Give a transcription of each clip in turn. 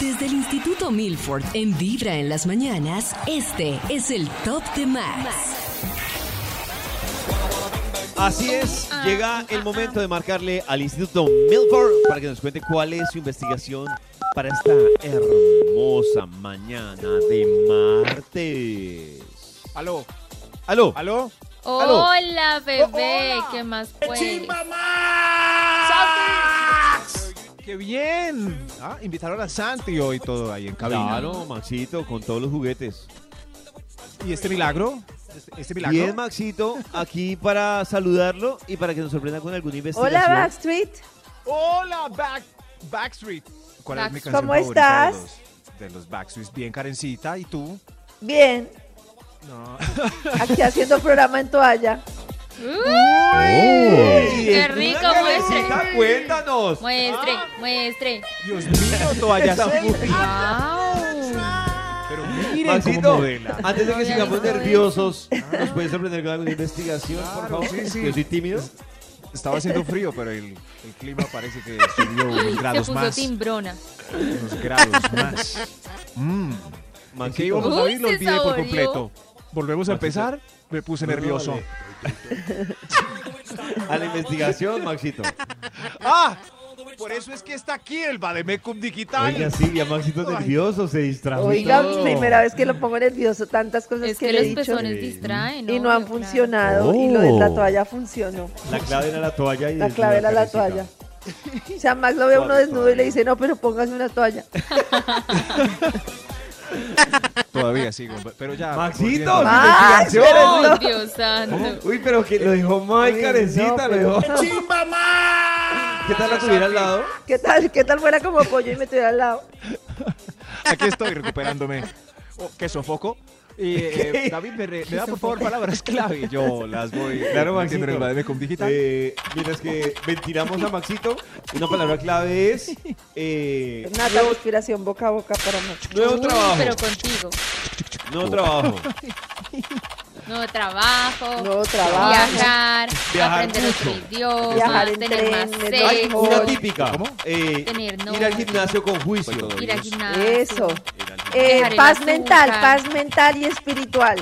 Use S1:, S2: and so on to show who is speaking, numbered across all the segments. S1: Desde el Instituto Milford, en Vibra en las mañanas, este es el Top de Max.
S2: Así es, llega el momento de marcarle al Instituto Milford para que nos cuente cuál es su investigación para esta hermosa mañana de martes.
S3: Aló,
S2: Aló,
S3: aló.
S2: Aló.
S4: Hola, bebé. ¿Qué más pues?
S3: ¡Qué bien! Ah, invitaron a Santi hoy todo ahí en cabina.
S2: claro, Maxito, con todos los juguetes.
S3: ¿Y este milagro? ¿Este, este milagro?
S2: Bien, Maxito, aquí para saludarlo y para que nos sorprenda con alguna investigación.
S5: Hola Backstreet,
S3: ¡Hola, Back, Backstreet! ¿Cuál es mi
S4: Backstreet.
S3: canción
S5: ¿Cómo
S3: favorita
S5: estás?
S3: De los, de los Backstreets, bien carencita. ¿Y tú?
S5: bien,
S3: No.
S5: aquí haciendo programa en toalla.
S2: ¡Uy!
S4: Qué
S2: ¿Tú,
S4: rico,
S2: una
S4: muestre.
S2: cabecita? Cuéntanos.
S4: Muestre, muestre.
S3: Dios mío, toallas
S2: Esa-
S3: Sofía.
S4: Wow.
S3: Pero miren cómo
S2: Maxito,
S3: modela.
S2: antes de que
S4: Ya
S2: sigamos
S4: lo sabes.
S2: nerviosos, ¿nos puedes sorprender con alguna investigación, por
S3: Claro,
S2: favor?
S3: sí, sí.
S2: Yo soy tímido.
S3: Estaba haciendo frío, pero el, el clima parece que subió unos
S4: Se
S3: grados
S4: puso
S3: más.
S4: timbrona.
S3: Unos grados más. Mmm. ¿En qué íbamos
S4: Uy,
S3: a ir? Lo
S4: se
S3: olvidé por
S4: saboreó.
S3: completo. ¿Volvemos a empezar? Me puse nervioso.
S2: A la investigación, Maxito.
S3: ¡Ah! Por eso es que está aquí el Bademecum Digital.
S2: Oiga, Silvia, Maxito es nervioso, se distrajo.
S5: Oiga,
S2: todo.
S5: primera vez que lo pongo nervioso, tantas cosas
S4: Es
S5: que,
S4: que
S5: le he
S4: los
S5: dicho
S4: pezones distraen.
S5: y no han
S4: Claro.
S5: funcionado y
S2: Oh.
S5: lo de la toalla funcionó.
S2: La clave era la toalla. Y
S5: La
S2: es
S5: clave era la
S2: cabecita.
S5: toalla. O sea, Max lo ve a uno
S2: Toalla,
S5: desnudo y
S2: toalla.
S5: le dice, no, pero póngase una toalla.
S3: Todavía sigo, pero ya.
S2: Maxito,
S3: volviendo.
S2: su
S5: Max,
S2: investigación.
S4: Ay, Dios santo.
S2: Uy, pero que lo dejó mal,
S5: Uy,
S2: carecita,
S5: no,
S2: lo
S5: pero-
S2: dejó. ¿Qué tal la tuviera al lado?
S5: ¿Qué tal? ¿Qué tal fuera como pollo y me tuviera al lado?
S3: Aquí estoy recuperándome. Oh, ¡Qué sofoco! Y, eh, David, ¿me, re- me da por favor palabras clave? Yo las voy.
S2: Claro,
S3: metiendo en
S2: Maxito.
S3: el Bademecum Digital.
S2: Eh, mientras que ventilamos a Maxito, una palabra clave es eh,
S5: Nata, respiración boca a boca para Max.
S2: nuevo
S4: Uy,
S2: trabajo.
S4: Pero contigo.
S2: Nuevo trabajo.
S4: Nuevo trabajo.
S5: Nuevo trabajo.
S4: Viajar.
S2: Viajar
S4: aprender
S2: mucho.
S4: otro idioma.
S5: Viajar en
S4: tener más
S5: tren,
S4: sexo.
S2: Ay,
S5: mejor.
S2: una típica.
S3: ¿Cómo?
S2: Eh,
S4: Tener
S2: ir al
S4: novio.
S2: gimnasio con juicio.
S4: Ir al gimnasio.
S5: Eso. Eh,
S4: Dejar el
S5: paz mental,
S4: azúcar.
S5: paz mental y espiritual.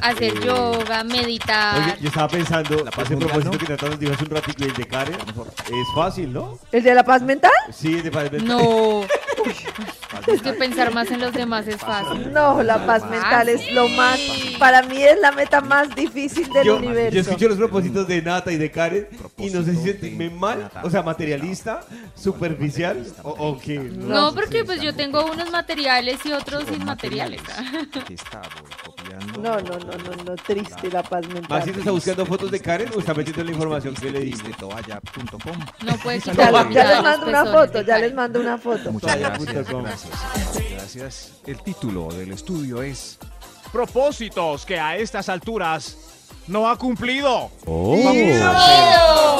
S4: Hacer
S2: Eh,
S4: yoga,
S2: Oye,
S4: meditar.
S2: yo estaba pensando,
S3: La paz
S2: ese
S3: mundial,
S2: propósito
S3: ¿no?
S2: que tratamos de hace un ratito, el de Karen, es fácil, ¿no?
S5: ¿El de la paz mental?
S2: Sí, el de paz mental.
S4: No. Es que pensar más en los demás es fácil.
S5: No, la paz mental es lo más. Para mí es la meta más difícil del
S2: Yo, yo
S5: universo.
S2: escucho los propósitos de Nata y de Karen y no sé si
S3: Propósito
S2: sentirme
S3: de
S2: mal,
S3: Nata.
S2: o sea, materialista, superficial o, o qué.
S4: No, porque pues yo tengo unos materiales y otros sin materiales. ¿ah?
S3: Aquí está, voy copiando.
S5: No, no, no, no, no, triste la paz mental.
S2: Maxito está buscando fotos de Karen o está metiendo la información que le diste.
S3: toalla.com.
S4: No puede pues, quitar
S5: Ya,
S4: la
S5: le- ya
S4: mirada
S5: les
S4: de
S5: mando
S4: los
S5: una
S4: pezones
S5: foto,
S4: de
S5: ya
S4: Karen.
S5: les mando una foto.
S3: Muchas
S2: Toalla
S3: gracias,
S2: punto com.
S3: gracias. Gracias. El título del estudio es Propósitos que a estas alturas no ha cumplido.
S2: Oh.
S3: Vamos,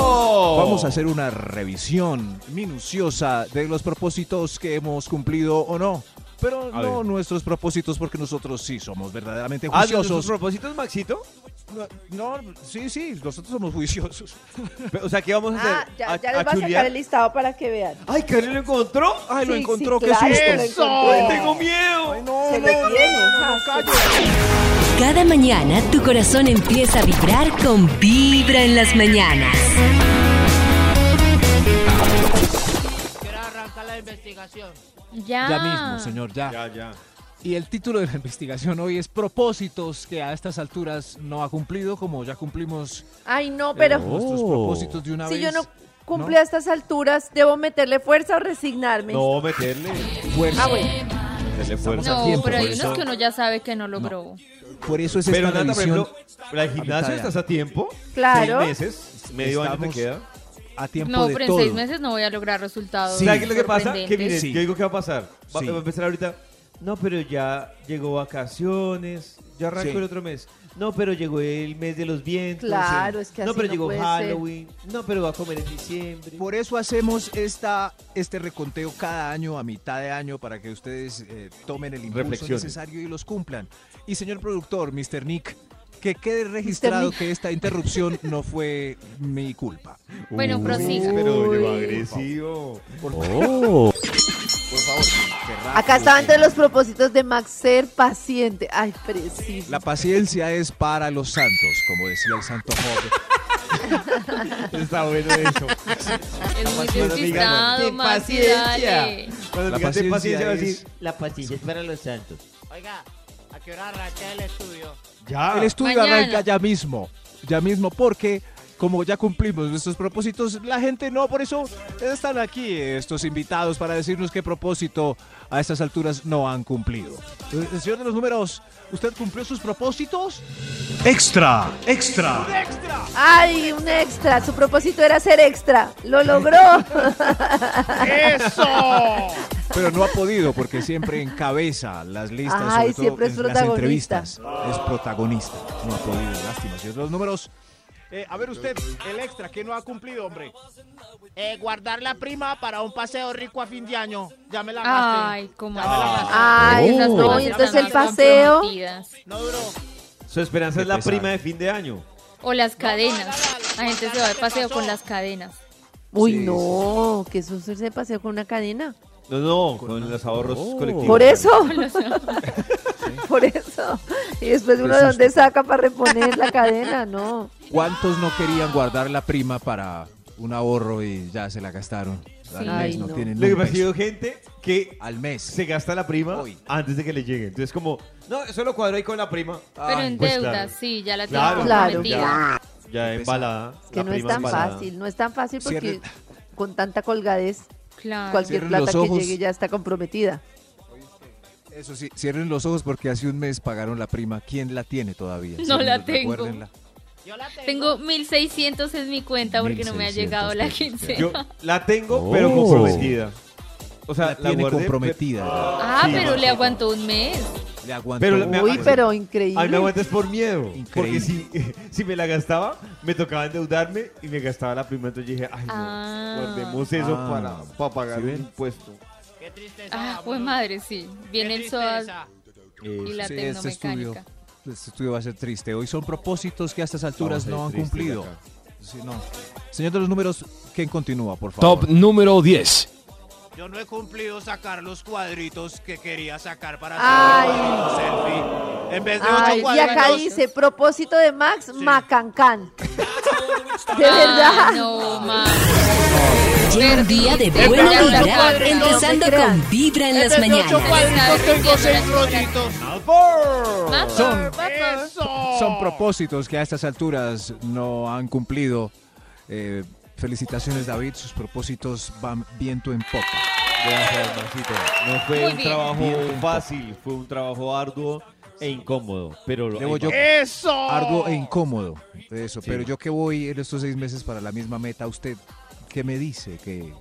S3: a hacer, vamos a hacer una revisión minuciosa de los propósitos que hemos cumplido o no. Pero
S2: A
S3: no
S2: ver.
S3: nuestros propósitos porque nosotros sí somos verdaderamente
S2: Ah, ¿no, sus
S3: juiciosos.
S2: propósitos, Maxito?
S3: No, no, sí, sí, nosotros somos juiciosos.
S2: Pe- O sea, ¿qué vamos a hacer?
S5: Ah, ya, ya
S2: ¿A-
S5: les
S2: a
S5: voy a sacar
S2: chulear?
S5: el listado para que vean.
S2: ¡Ay, Karen lo encontró! ¡Ay, lo
S5: Sí, sí,
S2: encontró! ¡Qué
S5: claro que lo
S2: susto!
S5: encontró.
S2: ¡Ay, tengo miedo!
S5: Se le tiene. ah, se le-
S1: Cada mañana tu corazón empieza a vibrar con Vibra en las mañanas.
S6: Quiero arrancar la investigación.
S4: Ya.
S7: Ya mismo, señor, ya.
S2: Ya, ya.
S7: Y el título de la investigación hoy es Propósitos que a estas alturas no ha cumplido, como ya cumplimos eh,
S5: Ay, no, pero
S7: nuestros
S2: Oh.
S7: propósitos de una
S5: si
S7: vez.
S5: yo no cumple a estas alturas, ¿debo meterle fuerza o resignarme?
S2: No, meterle.
S7: Fuerza.
S5: Ah, bueno.
S2: Meterle
S7: Estamos
S2: fuerza.
S7: a
S4: No,
S7: tiempo,
S4: pero
S7: por
S4: hay
S7: eso.
S4: unos que uno ya sabe que no logró.
S7: Por eso es
S2: Pero
S7: esta
S2: Nata, por
S7: revisión
S2: ejemplo, ¿la del
S7: mitad
S2: gimnasio
S7: de
S2: estás
S7: año.
S2: a tiempo?
S5: Claro.
S2: Seis meses, medio año te
S7: Estamos-
S2: queda.
S7: a tiempo
S4: No,
S7: de
S4: pero en
S7: todo.
S4: seis meses no voy a lograr resultados.
S7: Sí.
S2: ¿Sabes qué es lo que pasa? Que
S4: sorprendentes.
S2: mire,
S7: Sí.
S2: yo digo que va a pasar. Va,
S7: Sí.
S2: va a empezar ahorita. No, pero ya llegó vacaciones, ya arrancó
S3: Sí.
S2: el otro mes. No, pero llegó el mes de los vientos.
S5: Claro,
S2: eh.
S5: es que
S2: No,
S5: así
S2: pero
S5: no
S2: llegó
S5: puede ser.
S2: Halloween. No, pero va a comer en diciembre.
S3: Por eso hacemos esta, este reconteo cada año, a mitad de año, para que ustedes eh, tomen el impulso
S8: Reflexionen.
S3: necesario y los cumplan. Y señor productor, Mr. Nick, que quede registrado que esta interrupción no fue mi culpa.
S4: Bueno, prosiga.
S8: Pero llegó agresivo.
S9: Oh,
S3: Por favor, que rápido,
S5: Acá estaba
S3: que-
S5: entre los propósitos de Max ser paciente. Ay, preciso.
S3: La paciencia es para los santos, como decía el santo Job.
S8: Está bueno eso.
S4: Es muy
S8: digan,
S4: despistado,
S2: "Ten
S4: Maxi,
S2: paciencia".
S4: dale.
S2: Cuando
S3: La
S2: digan, "Ten
S3: paciencia
S2: va a
S3: es-
S2: decir, la paciencia es para los santos.
S10: Oiga, ¿a qué hora arranca el estudio?
S3: El estudio
S4: Mañana.
S3: arranca ya mismo, ya mismo, porque como ya cumplimos nuestros propósitos, la gente no, por eso están aquí estos invitados para decirnos qué propósito a estas alturas no han cumplido. Eh, Señor de los números, ¿usted cumplió sus propósitos?
S7: Extra, extra.
S5: Ay, un extra. Su propósito era ser extra. Lo logró.
S3: Pero no ha podido porque siempre encabeza las listas,
S5: Ay,
S3: sobre todo
S5: siempre es
S3: en las
S5: protagonista.
S3: entrevistas. Es protagonista. No ha podido, lástima. Señor de los números, eh, a ver usted, el extra que no ha cumplido, hombre.
S10: Eh, guardar la prima para un paseo rico a fin de año. Ya me la gasté.
S4: Ay, como
S10: Ya me la gasté.
S5: Ay,
S9: Oh.
S4: Esas
S5: no.
S4: primas
S5: y Entonces
S4: están
S5: el
S4: más
S5: paseo.
S4: comprometidas.
S10: No duró.
S2: Su esperanza
S3: Qué
S2: es la
S3: pesar.
S2: prima de fin de año.
S4: O las cadenas.
S10: hágala,
S4: La gente se
S10: hágala,
S4: va al
S10: ¿qué
S4: paseo
S10: pasó?
S4: con las cadenas.
S5: Uy,
S3: Sí,
S5: no. Que eso se paseó con una cadena.
S2: No, no, con, los ahorros
S9: Oh.
S2: colectivos.
S5: Por eso. Por eso. Y después uno de dónde saca para reponer la cadena, no.
S3: ¿Cuántos no querían guardar la prima para un ahorro y ya se la gastaron? Al
S4: Ay,
S3: mes no,
S5: no.
S3: tienen
S2: Lo que
S3: un
S2: pasa es que
S3: peso.
S2: hay gente que
S3: Al mes.
S2: se gasta la prima
S3: Hoy.
S2: antes de que le llegue. Entonces, como, no, eso lo cuadro ahí con la prima.
S4: Pero en
S2: pues
S4: deuda,
S2: claro.
S4: sí, ya la
S2: Claro,
S4: tengo
S5: Claro,
S4: comprometida.
S2: Ya embalada.
S5: Que
S2: la
S5: no es
S2: prima
S5: tan
S2: embalada.
S5: fácil. No es tan fácil porque
S3: Cierren-
S5: con tanta colgadez,
S4: Claro.
S5: cualquier
S3: Cierren
S5: plata
S3: los
S5: que
S3: ojos.
S5: llegue ya está comprometida.
S3: Eso sí, cierren los ojos porque hace un mes pagaron la prima. ¿Quién la tiene todavía?
S4: No
S3: Cierren-
S4: la tengo.
S3: recuérdenla.
S10: Yo la tengo.
S4: Tengo 1600 en mi cuenta porque no me ha
S3: 1.600
S4: llegado la
S3: pesos,
S4: quincena.
S2: pues, Yo la tengo, pero
S9: Oh.
S2: comprometida. O sea,
S3: La, tiene
S2: guardé,
S3: comprometida.
S4: Ah,
S2: Sí,
S4: pero
S2: no,
S4: le aguantó un mes.
S3: Le aguantó.
S2: Pero la- me
S7: Ah,
S5: Uy,
S2: aguanto.
S5: pero
S2: A mí me
S5: increíble.
S2: aguantas por miedo.
S3: Increíble.
S2: Porque si, si me la gastaba, me tocaba endeudarme y me gastaba la prima. Entonces dije, ay, no,
S4: Ah.
S2: guardemos eso
S3: Ah.
S2: para, para pagar
S3: ¿Sí
S2: un
S3: ven?
S2: impuesto.
S10: Qué tristeza.
S4: Ah,
S10: vámonos.
S4: pues madre, sí.
S10: Qué
S4: Viene el SOAS
S10: tristeza.
S4: y la
S3: Sí, este estudio,
S4: tecnomecánica.
S3: este estudio va a ser triste. Hoy son propósitos que a estas alturas no han cumplido. Sí, no. Señor de los números, ¿quién continúa, por favor?
S9: top número 10.
S10: Yo no he cumplido sacar los cuadritos que quería sacar para
S5: Ay.
S3: Ah,
S10: hacer un selfie. En vez de
S5: Ay,
S10: ocho
S5: y acá
S10: cuadritos.
S5: dice, propósito de Max, Macancán. De
S4: Ah,
S5: verdad.
S4: no, madre.
S1: Lleva un día de
S4: Perdí.
S1: buena
S4: Perdí.
S1: vibra,
S4: Perdí.
S1: empezando
S5: No me
S1: con Vibra
S4: Este
S1: en las mañanas.
S4: cuadritos tengo seis
S10: rollitos.
S4: Vapor,
S3: Son-
S4: vapor. Ah.
S3: Son propósitos que a estas alturas no han cumplido. Eh, felicitaciones, David. Sus propósitos van viento en popa.
S2: Gracias, Maxito. No fue
S4: Muy
S2: un
S4: bien.
S2: trabajo
S3: Bien.
S2: fácil, fue un trabajo arduo e incómodo. Pero lo eh,
S3: Debo yo
S10: ¡Eso!
S3: arduo e incómodo. Eso,
S2: Sí.
S3: pero yo que voy en estos seis meses para la misma meta, ¿usted qué me dice? Que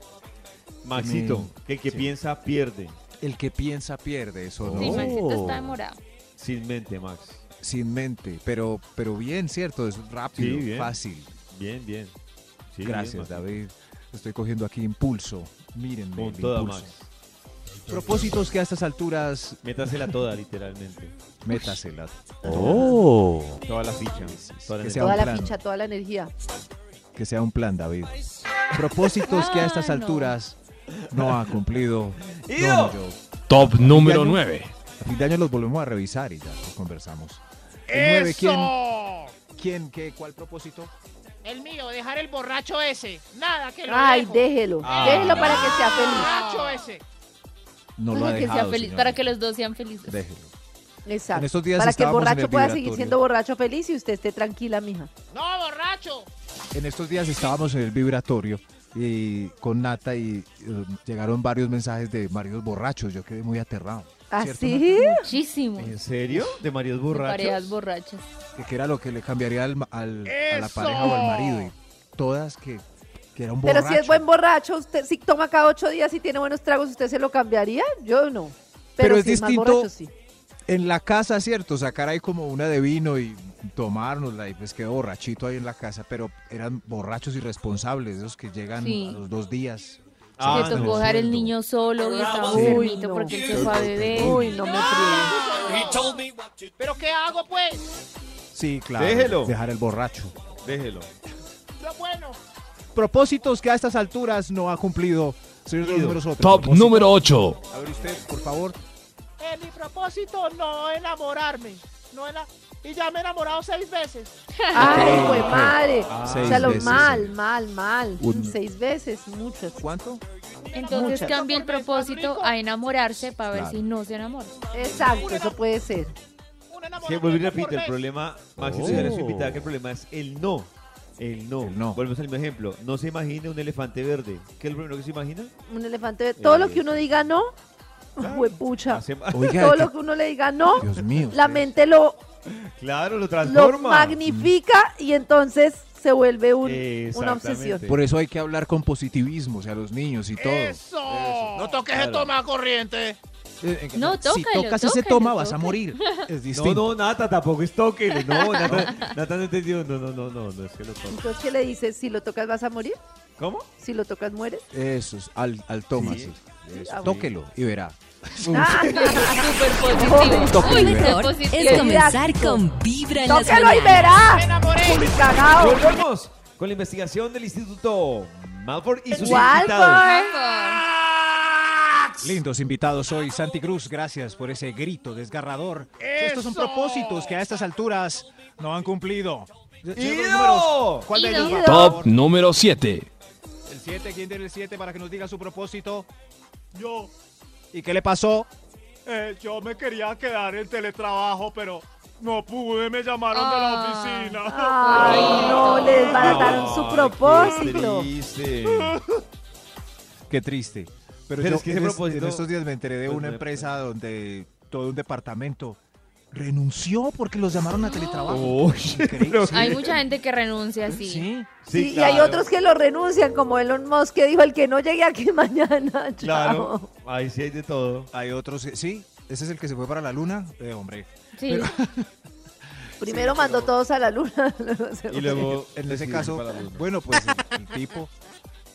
S2: Maxito, que el que
S3: Sí.
S2: piensa pierde.
S3: el que piensa pierde, eso
S2: Oh.
S4: Sí,
S3: no.
S2: pues.
S9: man.
S4: Maxito está demorado.
S2: Sin mente, Max.
S3: Sin mente, pero, pero bien, ¿cierto? Es rápido,
S2: Sí, bien.
S3: fácil.
S2: Bien, bien. Sí, bien,
S3: Gracias,
S2: Maxito.
S3: David. Estoy cogiendo aquí impulso. Mírenme.
S2: Con
S3: el
S2: toda,
S3: impulso.
S2: Max.
S3: Propósitos que a estas alturas,
S2: Métasela toda, literalmente.
S3: métaselas.
S9: Oh,
S2: Toda la ficha. Toda la
S3: Que sea
S2: energía.
S5: Toda la
S3: plano.
S5: ficha, toda la energía.
S3: Que sea un plan, David. Propósitos que a estas
S4: Ah, no.
S3: alturas no ha cumplido.
S2: ¡Ido!
S3: Don Joe.
S9: top número
S3: Ya no-
S9: 9.
S3: A fin de año los volvemos a revisar y ya pues, conversamos. El nueve, ¿quién, ¿Quién? ¿Qué? ¿Cuál propósito?
S10: El mío, dejar el borracho ese. Nada, que lo
S5: Ay,
S10: dejo.
S5: déjelo.
S2: Ah.
S5: Déjelo para que sea feliz.
S10: Borracho ese.
S3: No lo ha
S4: Para que, sea
S3: dejado,
S4: feliz-
S3: señora.
S4: para que los dos sean felices.
S3: Déjelo. En
S5: Exacto.
S3: estos días
S5: Para que el
S3: estábamos en
S5: borracho
S3: el
S5: pueda
S3: vibratorio.
S5: seguir siendo borracho feliz y usted esté tranquila, mija.
S10: No, borracho.
S3: En estos días estábamos en el vibratorio y con Nata y eh, llegaron varios mensajes de maridos borrachos. Yo quedé muy aterrado. ¿Cierto,
S5: ¿Así?
S4: Muchísimo.
S2: ¿En serio? ¿De maridos
S4: De Parejas
S2: borrachos?
S4: borrachas.
S3: que, que era lo que le cambiaría al, ma- al- a la
S10: ¡Eso!
S3: pareja o al marido. Y todas que, que era un
S5: Pero
S3: borracho.
S5: si es buen borracho, usted si toma cada ocho días y tiene buenos tragos, ¿usted se lo cambiaría? Yo no. Pero,
S3: Pero es
S5: sí, más
S3: distinto-
S5: borrachos, sí.
S3: En la casa, cierto, sacar ahí como una de vino y tomárnosla y pues quedó borrachito ahí en la casa, pero eran borrachos irresponsables, esos que llegan
S4: Sí.
S3: a los dos días.
S4: que
S3: Ah,
S4: tocó
S3: no,
S4: dejar el
S3: cierto.
S4: niño solo y estaba
S5: Uy,
S4: enfermito
S5: no.
S4: porque él se fue a beber.
S5: Uy, no me prive.
S10: ¿Pero qué hago, pues?
S3: Sí, claro.
S2: Déjelo.
S3: Dejar el borracho.
S2: Déjelo.
S10: Lo bueno.
S3: Propósitos que a estas alturas no ha cumplido. Señor de los números otro.
S9: Top
S3: propósito.
S9: número 8.
S3: A ver usted, por favor.
S10: Eh, mi propósito no enamorarme. No ena- Y ya me he enamorado seis veces.
S5: Ay, fue madre. o
S3: Ah, Seis
S5: sea, lo
S3: veces,
S5: mal,
S3: sí.
S5: mal, mal.
S3: Un-
S5: Seis veces, muchas.
S3: ¿Cuánto?
S4: Entonces
S5: Muchas.
S4: cambia el propósito a enamorarse para ver
S3: Claro.
S4: si no se enamora.
S5: Exacto, eso puede ser.
S10: Un
S7: Es que
S10: enamoramiento
S7: vuelvo y
S10: por
S7: repito, el
S10: mes.
S7: problema, Maxito
S9: Oh.
S7: Sierra, su invitada, que el problema es el no. El no.
S3: El no.
S7: Volvemos al mismo ejemplo. No se imagina un elefante verde. ¿Qué es lo primero que se imagina?
S5: Un elefante. verde. Todo lo que uno diga no,
S7: Claro.
S5: huepucha.
S7: Hace-
S3: Oiga,
S5: Todo
S3: ¿qué-
S5: lo que uno le diga no,
S3: Dios mío.
S5: la mente lo,
S7: claro, lo
S5: lo
S7: transforma.
S5: magnifica y entonces se vuelve un- una
S7: Exactamente.
S5: obsesión.
S3: Por e- eso hay que hablar con positivismo, o sea, los niños y todo.
S10: Eso. No toques
S7: Claro.
S10: el toma corriente.
S3: Eh, en-
S4: No,
S3: si
S4: tócalo,
S3: tocas ese
S4: tócalo,
S3: toma, vas a
S4: tócalo.
S3: morir. Es distinto.
S2: No, no, Nata, tampoco es toque. No, Nata, Nata no entendió. No, no, no, no, no es que lo toque.
S5: Entonces, ¿qué le dices? Si lo tocas vas a morir,
S2: ¿Cómo?
S5: si lo tocas mueres.
S3: Eso, es, al, al toma,
S7: Sí.
S3: sí. Eso,
S5: Ah, bueno.
S3: Tóquelo y verá.
S4: Súper positivo.
S3: Toque
S4: Uy,
S3: y
S4: qué
S3: verá.
S1: Mejor es
S4: positivo.
S1: comenzar con Vibra en las
S5: ¡Tócalo y
S1: mañanas.
S5: verás!
S10: Me enamoré.
S5: ¡Cagao!
S2: Volvemos con la investigación del Instituto Malford y sus invitados.
S5: ¡Walford!
S3: Lindos invitados hoy, Santi Cruz, gracias por ese grito desgarrador. Estos son
S10: ¡Eso!
S3: propósitos que a estas alturas no han cumplido. Señor de los
S2: ¡Ido!
S3: números, ¿Cuál de
S4: ¡Ido!
S3: ellos va, por
S9: Top
S3: favor?
S9: número 7.
S3: El 7, ¿quién tiene el 7 para que nos diga su propósito? Yo. ¿Y qué le pasó?
S10: Eh, yo me quería quedar en teletrabajo, pero no pude, me llamaron de
S4: Ah.
S10: la oficina.
S5: ¡Ay, no! Le desbarataron su propósito.
S3: Qué triste. Pero,
S2: Pero
S3: yo
S2: es que ese
S3: en, es-
S2: propósito-
S3: en estos días me enteré de
S2: Pues
S3: una
S2: no,
S3: empresa donde todo un departamento renunció porque los llamaron a teletrabajo. Increíble.
S4: Hay mucha gente que renuncia así.
S3: Sí.
S5: Sí, y hay otros que lo renuncian, como Elon Musk, que dijo el que no llegue aquí mañana. chao".
S2: Claro, ahí sí hay de todo.
S3: Hay otros que sí. Ese es el que se fue para la luna. Eh, hombre.
S4: Sí.
S5: Primero mandó todos a la luna. luego se
S2: Y luego,
S3: En ese
S2: decidí
S3: caso,
S2: para la luna.
S3: bueno, pues el, el tipo.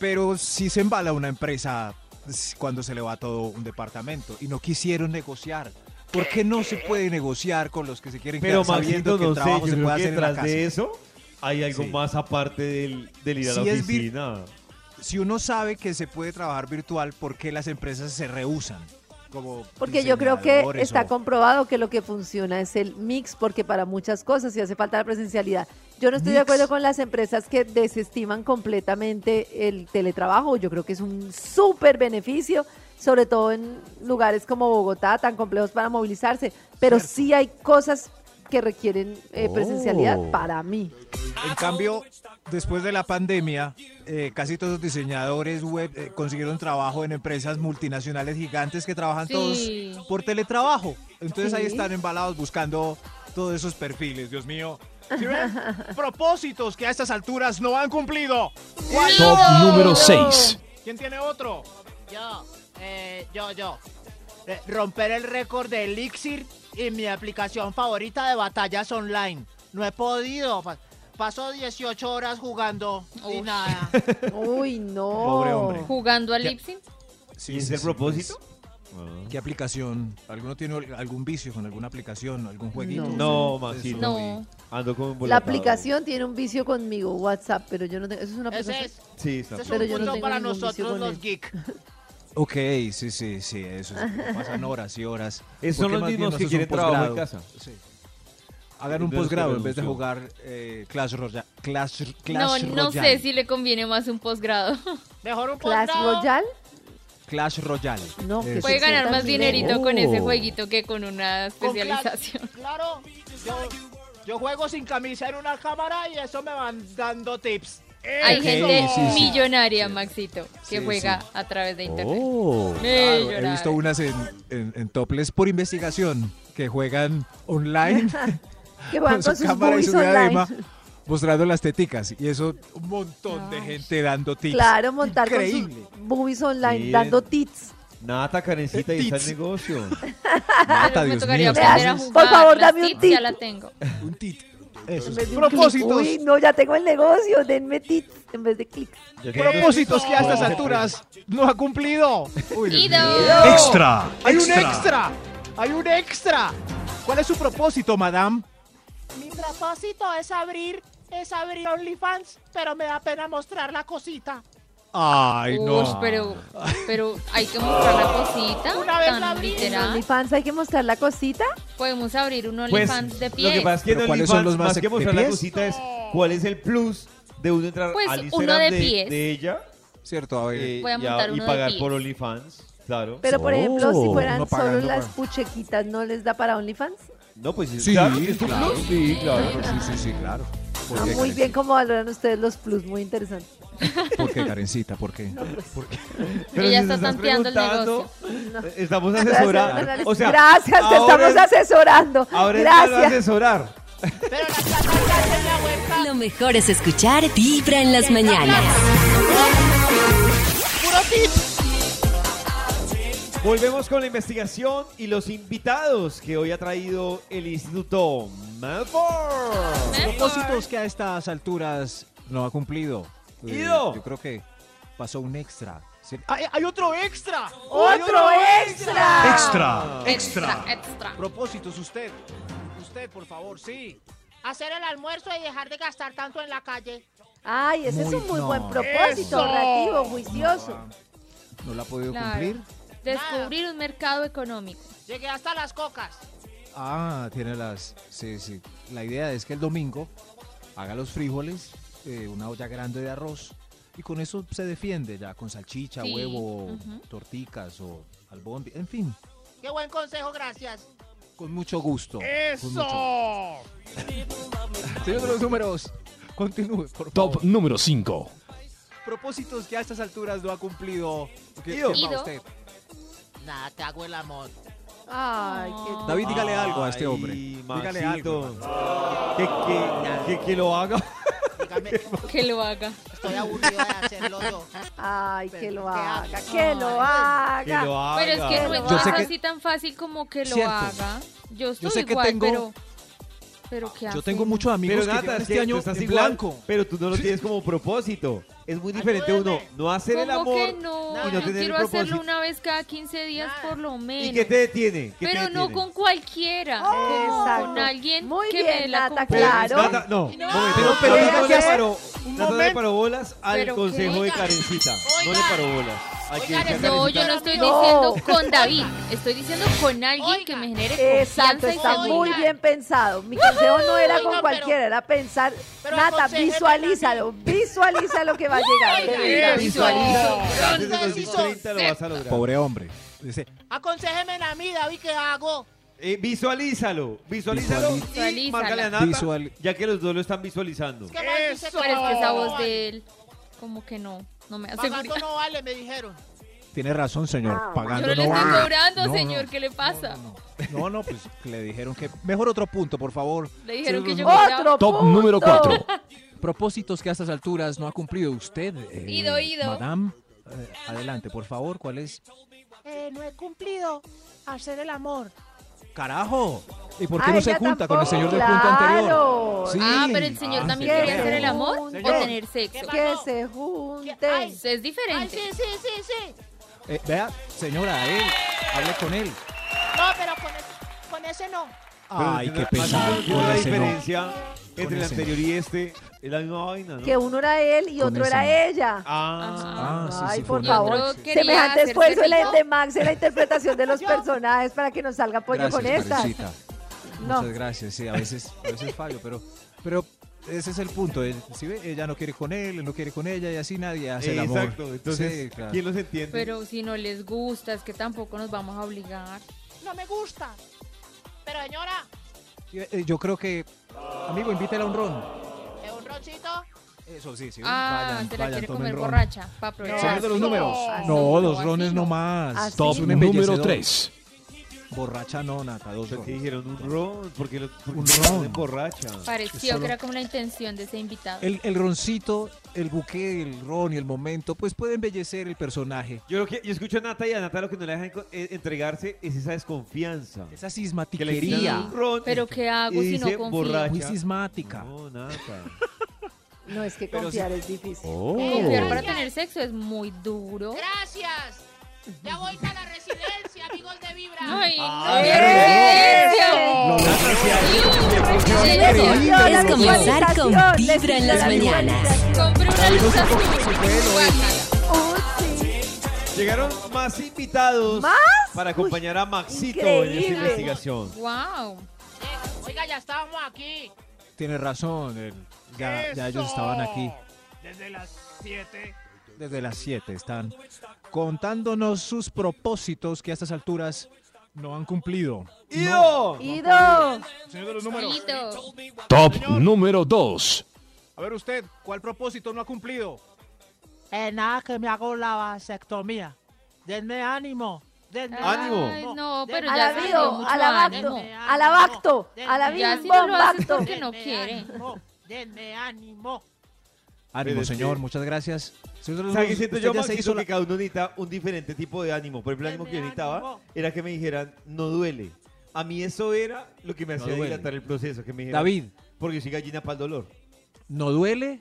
S3: Pero si se embala una empresa s- cuando se le va todo un departamento y no quisieron negociar. ¿Por qué no se puede negociar con los que se quieren
S2: Pero
S3: quedar sabiendo
S2: Maxito,
S3: que el
S2: no sé,
S3: trabajo
S2: yo
S3: se
S2: creo
S3: puede
S2: que
S3: hacer en la
S2: detrás
S3: casa?
S2: de eso hay algo
S3: Sí.
S2: más aparte del, del ir a la
S3: Si es vir-
S2: oficina.
S3: si uno sabe que se puede trabajar virtual, ¿por qué las empresas se rehusan? Como
S5: Porque yo creo que
S3: diseñadores
S5: está
S3: o-
S5: comprobado que lo que funciona es el mix, porque para muchas cosas sí hace falta la presencialidad. Yo no estoy de
S3: Mix.
S5: acuerdo con las empresas que desestiman completamente el teletrabajo. Yo creo que es un súper beneficio, sobre todo en lugares como Bogotá, tan complejos para movilizarse. Pero
S3: Cierto.
S5: sí hay cosas que requieren eh,
S9: Oh.
S5: presencialidad para mí.
S3: En cambio, después de la pandemia, eh, casi todos los diseñadores web eh, consiguieron trabajo en empresas multinacionales gigantes que trabajan
S4: Sí.
S3: todos por teletrabajo. Entonces ahí
S5: Sí.
S3: están embalados buscando todos esos perfiles, Dios mío. ¿Sí ven? Propósitos que a estas alturas no han cumplido. ¿Cuál?
S9: Top número 6.
S3: ¿Quién tiene otro?
S10: Yo, eh, yo, yo. Eh, romper el récord de Elixir y mi aplicación favorita de batallas online. No he podido. pa- paso 18 horas jugando y
S4: Uy.
S10: nada.
S5: Uy, no.
S3: Pobre hombre.
S4: Jugando al lipsing.
S3: Sí,
S2: ¿Y es
S3: sí,
S2: el
S3: sí,
S2: propósito?
S3: ¿Qué aplicación? ¿Alguno tiene ol- algún vicio con alguna aplicación, algún jueguito?
S2: No,
S3: Sí,
S2: Maxito.
S3: eso
S4: No.
S2: Ah, Ando como
S5: La aplicación tiene un vicio conmigo, WhatsApp, pero yo no tengo. Eso es una
S10: Ese
S5: aplicación.
S10: es,
S2: Sí, está.
S10: ese es
S5: Pero
S10: un
S5: yo no
S10: punto
S5: tengo
S10: para
S5: ningún vicio
S10: nosotros
S5: con
S10: los
S5: él.
S10: geek.
S3: Ok, sí, sí, sí, eso. sí, Pasan horas y horas.
S2: Esos son
S3: Porque
S2: los
S3: más bien
S2: mismos que
S3: nosotros
S2: quieren
S3: un
S2: trabajar en
S3: posgrado.
S2: casa.
S3: Sí. Hagan un
S2: Entonces,
S3: posgrado
S2: ¿cuál
S3: en vez de
S2: anunció?
S3: jugar eh, Clash Royale. Clash,
S4: No,
S3: Clash
S4: no
S3: Royale.
S4: sé si le conviene más un posgrado.
S10: Mejor un
S5: Clash
S10: posgrado.
S5: Royale.
S3: Clash Royale.
S5: No, que
S3: Eso.
S4: Puede
S5: sí,
S4: ganar
S5: sí,
S4: más
S5: sí.
S4: dinerito con
S9: Oh.
S4: ese jueguito que con una
S10: Con Clash-
S4: especialización.
S10: Claro. Yo, yo juego sin camisa en una cámara y eso me van dando tips.
S4: Hay
S10: ¡Eso!
S4: gente
S3: sí, sí.
S4: millonaria, Maxito, que
S3: Sí,
S4: juega
S3: sí.
S4: a través de internet.
S9: Oh.
S3: Claro,
S4: Millonaria.
S3: he visto unas en, en, en topless por investigación que juegan online
S5: Que
S3: con
S5: van con
S3: su
S5: sus
S3: cámara y
S5: boobies
S3: su diadema
S5: online.
S3: mostrando las teticas. Y eso, un montón de gente dando tips.
S5: Claro, montar
S3: Increíble.
S5: con sus boobies online,
S2: Miren.
S5: dando tits.
S2: Nata, Karencita, y está el negocio.
S4: Pero me
S7: Dios
S4: tocaría
S7: mío,
S4: aprender a
S5: estamos-
S4: jugar.
S5: Por favor,
S4: Las
S5: dame un
S4: tips Ya
S5: tip.
S4: la tengo.
S7: Un tit.
S5: En
S7: Eso.
S5: vez de un clic.
S3: Propósitos.
S5: Uy, no, ya tengo el negocio, denme tips en vez de clics.
S3: Propósitos que a estas alturas no ha cumplido.
S4: Ido.
S9: Extra.
S3: Hay un extra. Hay un extra. ¿Cuál es su propósito, madame?
S10: Mi propósito es abrir, es abrir OnlyFans, pero me da pena mostrar la cosita.
S3: Ay,
S4: Ush, pero, pero hay que mostrar la cosita.
S10: Una vez la
S4: tan
S10: abrí,
S4: literal.
S5: OnlyFans hay que mostrar la cosita.
S4: Podemos abrir un
S2: Pues,
S4: OnlyFans de
S2: lo que
S4: pie.
S2: pasa es que
S7: ¿Pero
S2: en
S7: cuáles son
S2: OnlyFans,
S7: los más
S2: más que
S7: de
S2: mostrar la
S7: pies?
S2: cosita es cuál es el plus de uno entrar
S4: Pues,
S2: al
S4: uno
S2: Instagram
S4: de
S2: de,
S4: pies.
S2: de ella
S7: Cierto, a ver.
S2: eh,
S4: Voy a
S2: y,
S4: montar
S2: y
S4: uno de
S2: pagar
S4: pies.
S2: por OnlyFans, claro.
S5: Pero, por
S8: Oh.
S5: ejemplo, si
S7: Uno
S5: fueran solo
S7: pagando
S5: las
S7: para-
S5: puchequitas, ¿no les da para OnlyFans?
S2: No, pues
S7: Sí,
S2: claro,
S7: claro,
S2: es un plus.
S7: sí, claro, sí, sí, sí, claro. ¿Por
S5: Ah,
S7: qué,
S5: muy
S7: Karencita?
S5: bien, cómo valoran ustedes los plus, muy interesante.
S7: ¿Por qué, Karencita? ¿Por qué?
S3: pues,
S4: Ella
S2: si te
S4: está
S2: estás
S4: tanteando el
S2: preguntando, eh, Estamos
S5: Gracias,
S2: asesorando. O sea,
S5: gracias, te
S2: ahora
S5: estamos
S2: es-
S5: asesorando.
S2: Ahora es malo
S5: gracias.
S2: asesorar.
S10: Pero la plata está en la huerta.
S1: Lo mejor es escuchar Vibra en las mañanas.
S2: Volvemos con la investigación y los invitados que hoy ha traído el Instituto Malfour.
S4: ¿Eh?
S7: Propósitos que a estas alturas no ha cumplido. Eh,
S2: Ido.
S7: Yo creo que pasó un extra. ¿cierto?
S10: Hay, hay otro extra.
S5: ¡Otro extra!
S9: Extra.
S4: Extra. Extra.
S3: Propósitos, usted. Usted, por favor, sí.
S10: Hacer el almuerzo y dejar de gastar tanto en la calle.
S5: Ay, ese
S7: Muy
S5: es un muy
S7: no.
S5: buen propósito,
S10: Eso.
S5: relativo, juicioso.
S7: ¿No la ha podido
S4: Claro.
S7: cumplir?
S4: Descubrir un mercado económico.
S10: Llegué hasta las cocas.
S7: Ah, tiene las. Sí, sí. La idea es que el domingo haga los frijoles, eh, una olla grande de arroz, y con eso se defiende ya, con salchicha,
S4: Sí,
S7: huevo,
S4: ujú.
S7: torticas o albondi, en fin,
S10: Qué buen consejo, gracias.
S7: con mucho gusto. con mucho gusto.
S10: ¡Eso!
S7: Señor de los números, continúe, por
S9: Top
S7: favor.
S9: número 5.
S7: Propósitos que a estas alturas no ha cumplido. ¿Qué-
S2: Ido.
S7: qué va
S4: Ido.
S7: usted?
S10: Nada, te hago el amor.
S5: Ay, qué
S7: David, dígale algo a este
S2: Ay,
S7: hombre. Dígale
S2: Maxito.
S7: algo.
S2: Que, que, que, que lo haga.
S10: Dígame,
S4: Que lo haga.
S10: estoy aburrido de hacerlo yo.
S5: Ay, que lo
S10: ¿Qué
S5: haga,
S10: hace?
S5: que lo
S2: Que
S5: haga.
S2: lo haga.
S4: Pero es que no
S5: Yo
S4: es
S7: sé que-
S4: así tan fácil como que lo
S7: Cierto.
S4: haga. Yo estoy
S7: sé que
S4: igual,
S7: tengo-
S4: pero. Pero qué
S7: Yo
S4: hacemos?
S7: tengo muchos amigos
S2: Pero
S7: que
S2: nada,
S7: llevan
S2: es
S7: este
S2: que
S7: año
S2: tú estás
S7: en
S2: igual,
S7: blanco.
S2: pero tú no lo tienes como propósito. Es muy diferente uno
S10: Ayúdeme.
S2: no hacer el
S4: ¿Cómo
S2: amor
S4: que no?
S2: y no
S4: Yo
S2: tener
S4: quiero
S2: el
S4: hacerlo
S2: propósito.
S4: una vez cada 15 días por lo menos.
S2: ¿Y qué te detiene? ¿Qué te
S4: pero no
S2: detiene? Oh.
S4: con cualquiera. como
S5: Exacto.
S4: con alguien
S5: Muy
S4: que me dé
S5: bien,
S4: la
S5: Nata,
S4: confianza.
S5: claro.
S2: Nata, no,
S4: No.
S2: momento,
S7: Pero,
S2: pero
S7: pero
S2: Nata no le
S7: ¿qué?
S2: paró, Nata no le
S10: momento.
S2: paró bolas al
S4: ¿Pero qué?
S2: consejo de
S4: Oiga,
S2: Karencita. No le
S10: oiga,
S2: paró bolas. Hay que
S10: oigan,
S2: decirle a
S4: Pues No,
S2: Karencita,
S4: yo no estoy
S5: No.
S4: diciendo con David, estoy diciendo con alguien
S10: Oiga.
S4: que me genere
S5: Exacto,
S4: confianza y
S5: está
S4: seguridad.
S5: muy bien pensado. Mi consejo no era
S10: Oiga,
S5: con
S10: pero-
S5: cualquiera, era pensar,
S10: pero
S5: Nata,
S10: aconsejeme
S5: visualízalo, visualiza lo que va a llegar. de
S10: Oiga,
S5: verdad.
S10: eso.
S2: Visualiza. Antes de
S10: Entonces, hizo
S2: 2030 lo vas a lograr.
S7: Pobre hombre. Dice,
S10: Aconsejeme a mí, David, ¿qué hago?
S2: Eh, visualízalo, visualízalo y
S4: Visualízala.
S2: márcale a Nata,
S7: Visual-
S2: ya que los dos lo están visualizando.
S10: Es que mal dice
S4: Pero es que
S10: no
S4: esa voz
S10: vale.
S4: de él, como que no, no me hace
S10: Pagando no vale, me dijeron.
S7: tiene razón,
S5: Ah,
S7: señor.
S4: Yo
S7: Pagando
S4: no le
S7: no
S4: estoy
S7: va".
S4: cobrando,
S7: No, no.
S4: señor, ¿qué le pasa?
S7: No, no, pues que le dijeron que. Mejor otro punto, por favor.
S4: Le dijeron que yo cobraba.
S5: Otro
S9: Top
S5: punto.
S9: número 4.
S7: Propósitos que a estas alturas no ha cumplido usted. eh,
S4: Ido, ido.
S7: Madame, eh, adelante, por favor, ¿cuál es?
S10: Eh, no he cumplido hacer el amor.
S7: ¡Carajo! ¿Y por qué
S5: Ah,
S7: no se
S5: ella
S7: junta con el
S5: tampoco,
S7: señor del punto anterior?
S5: claro.
S7: Sí.
S4: Ah, pero el señor
S7: Ah,
S4: también
S7: sí,
S4: quería
S7: claro.
S4: hacer el amor
S2: Señor.
S4: o tener sexo.
S10: ¿Qué
S5: Que
S10: pasó?
S5: se
S10: ay,
S5: junten.
S4: Eso es
S10: Ay,
S4: diferente.
S10: sí, sí, sí, sí.
S7: Eh, vea, señora, él. Hable con él.
S10: No, pero con ese, con ese no.
S2: Pero
S7: Ay, qué
S2: entendrá-
S7: pesado.
S2: Más o menos
S7: con
S2: La
S7: ese no.
S2: diferencia
S7: Con
S2: entre el
S7: ese no.
S2: anterior y este es la misma vaina, ¿no?
S5: Que uno era él y
S7: Con
S5: otro
S7: ese
S5: era
S7: no.
S5: ella.
S2: Ah,
S4: Ajá.
S7: Ah, sí,
S5: Ay,
S7: sí,
S5: por
S7: fue
S4: una-
S5: favor.
S4: Y otro quería
S5: Semejante
S4: hacerse
S5: esfuerzo en la,
S4: rico.
S5: de Max en la interpretación de los personajes para que nos salga pollo
S7: gracias,
S5: con esta.
S7: Karencita.
S5: No.
S7: Muchas gracias, sí, a veces, a veces fallo, pero, pero ese es el punto. él- si ve, ella no quiere con él, él no quiere con ella y así nadie hace el amor.
S2: exacto. Entonces,
S7: Sí, claro.
S2: ¿quién los entiende?
S4: Pero si no les gusta, es que tampoco nos vamos a obligar.
S10: No me gusta. Pero señora,
S7: Y, eh, Yo creo que, amigo, invítela a un ron.
S10: ¿es un roncito?
S7: Eso sí, sí.
S4: Ah,
S7: vayan,
S4: se la
S7: vayan,
S4: quiere
S7: tomen
S4: comer
S7: ron.
S4: borracha. Para aprovechar.
S7: Señor de los números. Ah,
S4: Así
S7: No, dos
S4: así
S7: rones
S4: no.
S7: nomás.
S5: Así
S7: Es
S9: Top
S7: un
S9: número
S7: embellecedor.
S9: 3.
S7: Borracha no, Nata, dos
S2: Pero
S7: ron.
S2: que dijeron un ron, porque lo, porque
S7: Un
S2: lo ponen
S7: ron.
S2: borracha.
S4: Pareció
S7: Solo-
S4: que era como la intención de ese invitado.
S7: El, el roncito, el buque, el ron y el momento, pues puede embellecer el personaje.
S2: Yo, lo que, yo escucho a Nata y a Nata lo que no le dejan co- eh, entregarse es esa desconfianza. Que
S7: Esa
S2: le
S7: sismatiquería.
S2: quitan un ron
S4: Pero
S2: y-
S4: ¿qué hago
S2: y
S4: si no
S2: dice
S4: confío?
S2: borracha.
S7: Muy sismática.
S2: No, Nata.
S5: No, es que
S2: Pero
S5: confiar es difícil.
S4: Confiar
S11: Oh.
S4: para tener sexo es muy duro.
S11: Gracias. Ya voy para la residencia, amigos de Vibra.
S4: Ay,
S2: Ah,
S4: no,
S2: bien.
S4: Sergio.
S1: Lo
S4: Sergio,
S1: mejor es comenzar con Vibra en las mañanas.
S4: Compré una luz azul. Guácala.
S5: Oh, sí.
S2: Llegaron más invitados
S5: ¿Más?
S2: para acompañar a Maxito en esta
S5: increíble.
S2: investigación.
S4: Wow.
S11: Eh, Oiga, ya estábamos aquí.
S7: Tiene razón, el- ya, ya ellos estaban aquí.
S10: Desde las 7.
S7: Desde las 7 están contándonos sus propósitos que a estas alturas no han cumplido.
S2: ¡Ido!
S5: Ido.
S3: Señor de los números.
S4: Solito.
S9: Top número 2.
S3: A ver usted, ¿cuál propósito no ha cumplido?
S10: Eh, nada, que me hago la vasectomía. Denme ánimo. Denme
S2: Ánimo.
S4: Ay, no, pero
S10: Denme
S4: ya
S10: ánimo.
S4: dio
S5: Alabado,
S4: mucho
S5: alabacto,
S4: ánimo.
S5: alabacto,
S10: Ya
S4: Ya
S5: alabim,
S4: si no lo haces
S5: bombacto.
S4: porque no
S10: Denme
S4: quiere.
S10: ánimo, Denme ánimo.
S7: Ánimo,
S2: Pero es
S7: señor,
S2: que-
S7: muchas gracias. Señor de los
S2: O sea, que
S7: números,
S2: siento
S7: usted
S2: yo,
S7: ya se
S2: Maxito,
S7: hizo la-
S2: que cada uno necesita un diferente tipo de ánimo. Por ejemplo, el ánimo que yo necesitaba era que me dijeran, no duele. A mí eso era lo que me
S7: No
S2: hacía
S7: duele.
S2: dilatar el proceso, que me dijeran,
S7: David,
S2: porque soy gallina para el dolor.
S7: no duele,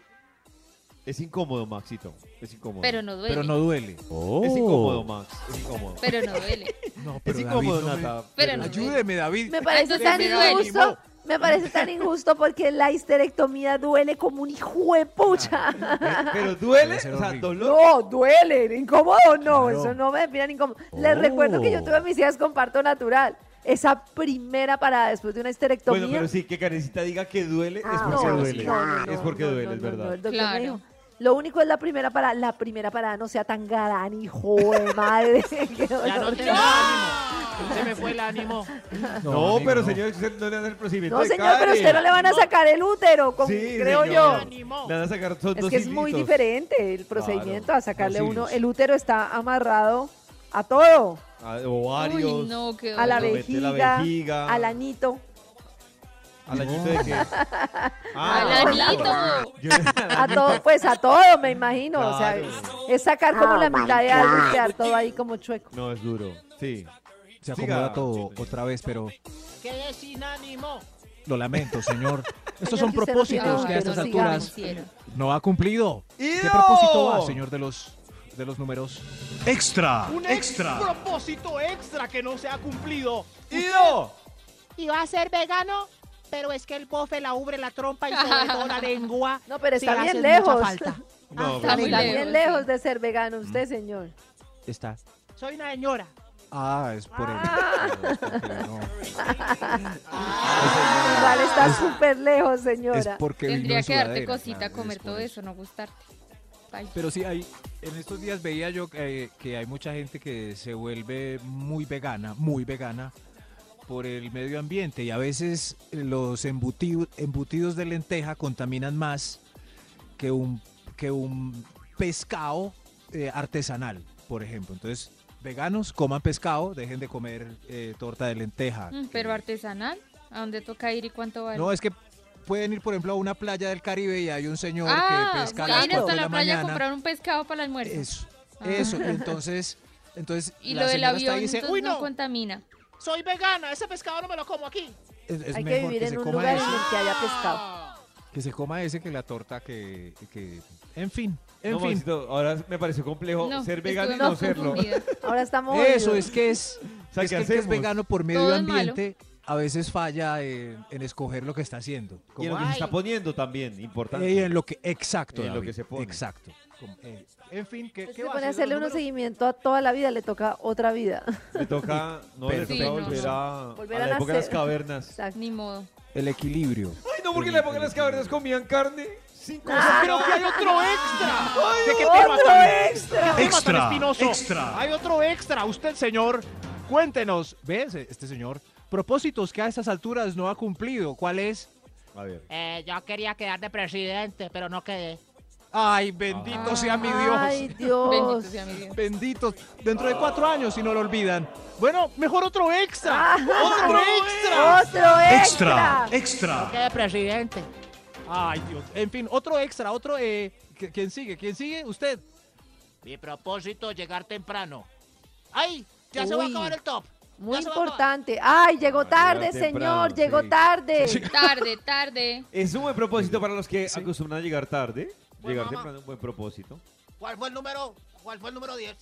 S2: Es incómodo, Maxito. Es incómodo.
S4: Pero no duele.
S7: pero no duele.
S2: Es incómodo, Max. Es incómodo.
S4: Pero no duele.
S7: No, pero
S2: es
S7: David,
S2: incómodo,
S7: no me-
S2: Nata.
S4: Pero no duele.
S7: Ayúdeme, David.
S5: Me parece
S4: Entonces,
S5: tan
S4: me da
S5: injusto. Me parece tan injusto porque la histerectomía duele como un hijo de pucha.
S2: Pero- Pero duele,
S7: Debe
S2: o
S7: ser
S2: sea,
S7: horrible.
S2: dolor.
S5: No, duele, incómodo no,
S7: Claro.
S5: eso no me miran incómodo. Les
S2: Oh.
S5: recuerdo que yo tuve mis hijas con parto natural. Esa primera parada después de una histerectomía.
S2: Bueno, pero sí, que Karencita diga que duele
S5: Ah,
S2: es porque
S5: no,
S2: duele.
S5: no, no, no,
S2: es porque
S5: no,
S2: duele,
S5: no,
S2: es
S5: no, no,
S2: verdad.
S5: el doctor me
S4: Claro.
S5: dijo, Lo único es la primera parada. La primera parada no sea tan galán, hijo de madre. Qué
S10: Ya no
S5: dolor.
S10: tengo ánimo. Se me fue el ánimo.
S2: No,
S7: amigo,
S2: pero
S7: no.
S2: señor, usted no le dan el procedimiento
S5: No,
S2: de
S5: señor, pero a
S2: Karen.
S5: usted no le van a sacar el útero, como
S2: Sí,
S5: creo
S2: señor.
S5: yo.
S10: Ánimo.
S2: Le van a sacar son
S5: Es
S2: dos
S5: que es muy
S2: hilitos.
S5: diferente el procedimiento a sacarle
S2: dos
S5: uno.
S2: hilos.
S5: El útero está amarrado a todo.
S2: A ovarios.
S4: Uy, no, qué
S5: A la
S4: dolor.
S2: Lo
S5: vez.
S2: mete la
S5: vejiga,
S2: vejiga.
S5: Al anito,
S2: ¿Al añito de Ah, qué?
S4: Al anito.
S2: Yo-
S5: a todo, pues a todo, me imagino. O sea,
S2: Claro.
S5: es, es sacar como la mitad de algo y quedar todo ahí como chueco.
S2: No, es duro. Sí.
S7: Se acomoda
S2: Siga.
S7: todo otra vez, pero
S10: Quedé sin ánimo.
S7: lo lamento, señor.
S5: Señor,
S7: Estos son
S5: que usted no tiene
S7: propósitos que a
S5: útero,
S7: estas
S5: sigamos.
S7: alturas
S4: Hicieron.
S7: no ha cumplido. ¿Qué
S2: ¡Ido!
S7: propósito va, señor de los, de los números?
S9: Extra,
S3: Un
S9: extra.
S3: propósito extra que no se ha cumplido.
S2: ¡Ido!
S10: Iba a ser vegano, pero es que el bofe la ubre la trompa y sobre todo la lengua.
S5: No, pero
S10: Sí,
S5: está
S10: le
S5: bien
S10: hace
S5: lejos.
S10: mucha falta.
S2: No,
S4: Está muy
S5: Está
S4: lejos.
S5: bien lejos de ser vegano
S2: Mm.
S5: usted, señor.
S7: Está.
S10: Soy una señora.
S7: Ah, es por el...
S5: Igual está súper lejos,
S7: Es
S5: señora.
S7: porque vivió
S4: Tendría
S7: en
S4: que darte
S7: sudadera,
S4: cosita
S7: claro,
S4: comer
S7: es por
S4: todo eso, no gustarte. Bye.
S7: Pero sí, hay, en estos días veía yo que, que hay mucha gente que se vuelve muy vegana, muy vegana, por el medio ambiente. Y a veces los embutido- embutidos de lenteja contaminan más que un, que un pescado eh, artesanal, por ejemplo. Entonces, veganos, coman pescado, dejen de comer eh, torta de lenteja.
S4: Mm, Pero artesanal, ¿a dónde toca ir y cuánto vale?
S7: No, es que pueden ir, por ejemplo, a una playa del Caribe y hay un señor que
S4: ah,
S7: pesca a
S4: voy
S7: las
S4: a ir
S7: cuatro
S4: hasta
S7: de
S4: la,
S7: la
S4: playa a
S7: mañana.
S4: comprar un pescado para el almuerzo.
S7: Eso,
S4: Ah.
S7: eso. Y entonces, entonces
S4: Y lo del
S7: señora está
S4: avión
S7: ahí y dice,
S4: entonces,
S7: uy,
S4: no.
S7: no,
S4: contamina.
S10: Soy vegana, ese pescado no me lo como aquí.
S7: es, es
S5: Hay que
S7: mejor que,
S5: vivir
S7: se
S5: en un
S7: coma
S5: lugar en
S7: ese,
S5: el que haya pescado.
S7: que se coma ese que la torta que, que- en fin, en
S2: No,
S7: fin.
S2: Maxito, ahora me parece complejo
S4: No,
S2: ser vegano y
S4: estuve
S2: no serlo.
S4: confundida.
S5: Ahora estamos.
S7: Eso es que es,
S2: O sea,
S7: es
S2: ¿qué
S7: que el que es
S2: hacemos?
S7: vegano por medio
S4: Todo es
S7: ambiente a veces falla en, en escoger lo que está haciendo.
S2: Y en
S7: Como-
S2: lo que se está
S10: Ay.
S2: poniendo también, importante.
S7: Eh, en lo que exacto,
S2: En lo
S7: David,
S2: que se pone.
S7: exacto. Como, eh, en fin, ¿qué, qué
S5: Pues Se
S7: va a
S5: pone a
S7: hacer
S5: hacerle
S7: los
S5: uno
S7: números?
S5: seguimiento a toda la vida, le toca otra vida.
S2: Le toca, no, le
S7: Pero-
S2: toca
S4: Sí, no,
S2: volver
S4: no.
S2: a,
S5: Volver
S2: a
S5: a
S2: la época de las
S5: nacer.
S2: cavernas.
S5: Exacto.
S4: Ni modo.
S7: El equilibrio.
S2: Ay, no, porque en la época de las cavernas comían carne. Cinco
S3: Pero que hay otro extra. ¿De qué tema
S5: ¡Ah, ¡Otro
S3: tan-
S9: Oh.
S5: extra!
S3: tema tan
S9: Extra,
S3: espinoso?
S9: extra.
S3: Hay otro extra. Usted, señor, cuéntenos.
S7: ¿Ves? Este señor, propósitos que a estas alturas no ha cumplido. ¿Cuál es?
S2: A ver.
S10: Eh, yo quería quedar de presidente, pero no quedé.
S7: Ay, bendito sea mi Dios.
S5: Ah, Ay, Dios.
S4: Bendito sea mi Dios.
S7: Benditos. Dentro de cuatro años, si no lo olvidan. Bueno, mejor otro extra. Ah, Otro extra.
S5: Otro extra.
S9: Extra, extra.
S11: ¿Qué, presidente?
S7: Ay, Dios. En fin, otro extra, otro. eh, ¿qu- ¿Quién sigue? ¿Quién sigue? Usted.
S10: Mi propósito, llegar temprano. ¡Ay! Ya se va a
S5: Uy.
S10: acabar el top.
S5: Muy
S10: Ya se va a acabar.
S5: importante. Ay, llegó tarde,
S2: temprano,
S5: señor. Llegó
S2: sí.
S5: tarde.
S4: Tarde, tarde.
S7: Eh.
S2: Es un buen propósito para los que acostumbran a llegar tarde.
S10: Bueno,
S2: llegar
S10: mamá.
S2: temprano es un buen propósito.
S10: ¿Cuál fue el número? ¿Cuál fue el número 10?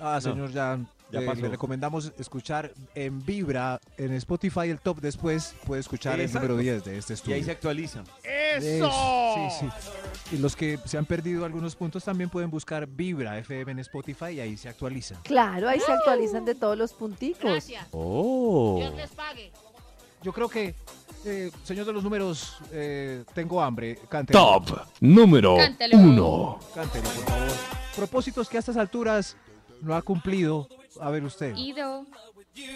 S7: Ah, señor, ya,
S2: Ya
S7: eh,
S2: pasó.
S7: le recomendamos escuchar en Vibra, en Spotify, el top después. Puede escuchar
S2: Exacto.
S7: el número 10 de este
S2: Y
S7: estudio.
S2: ahí se actualiza.
S7: ¡Eso! Sí, sí. Y los que se han perdido algunos puntos también pueden buscar Vibra FM en Spotify y ahí se actualizan.
S5: Claro, ahí se actualizan de todos los punticos.
S11: Gracias.
S8: Oh.
S11: Dios les pague.
S7: Yo creo que, eh, señor de los números, eh, tengo hambre. Cántelo.
S9: Top número
S4: Cántalo.
S9: 1.
S7: Cántelo, por favor. Propósitos que a estas alturas no ha cumplido. A ver usted.
S4: Ido.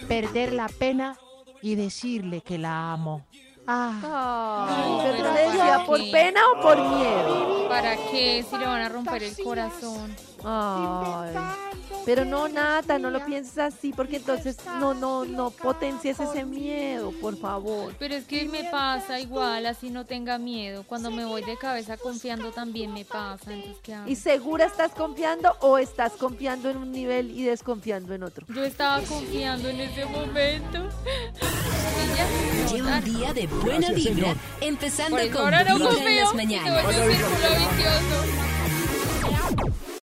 S11: Perder la pena y decirle que la amo. Ah,
S5: Ay,
S4: Ay,
S5: ¿qué
S4: pero
S5: te decía?
S4: ¿para
S5: ¿Por
S4: qué?
S5: pena o por miedo?
S4: ¿Para qué? Si le van a romper el corazón.
S5: Ay. Pero no, Nata, no lo pienses así, porque entonces no, no, no potencies ese miedo, por favor.
S4: Pero es que me pasa igual, así no tenga miedo. Cuando me voy de cabeza confiando también me pasa. Entonces, ¿qué hago?
S5: ¿Y segura estás confiando o estás confiando en un nivel y desconfiando en otro?
S4: Yo estaba confiando en ese momento. Y ya, no,
S1: Lleva un
S4: tarde.
S1: día de buena vibra, empezando
S4: Por eso
S1: con
S4: ahora no
S1: Vibra en
S4: confío.
S1: las
S4: y se
S1: mañanas.
S4: vuelve un círculo vicioso.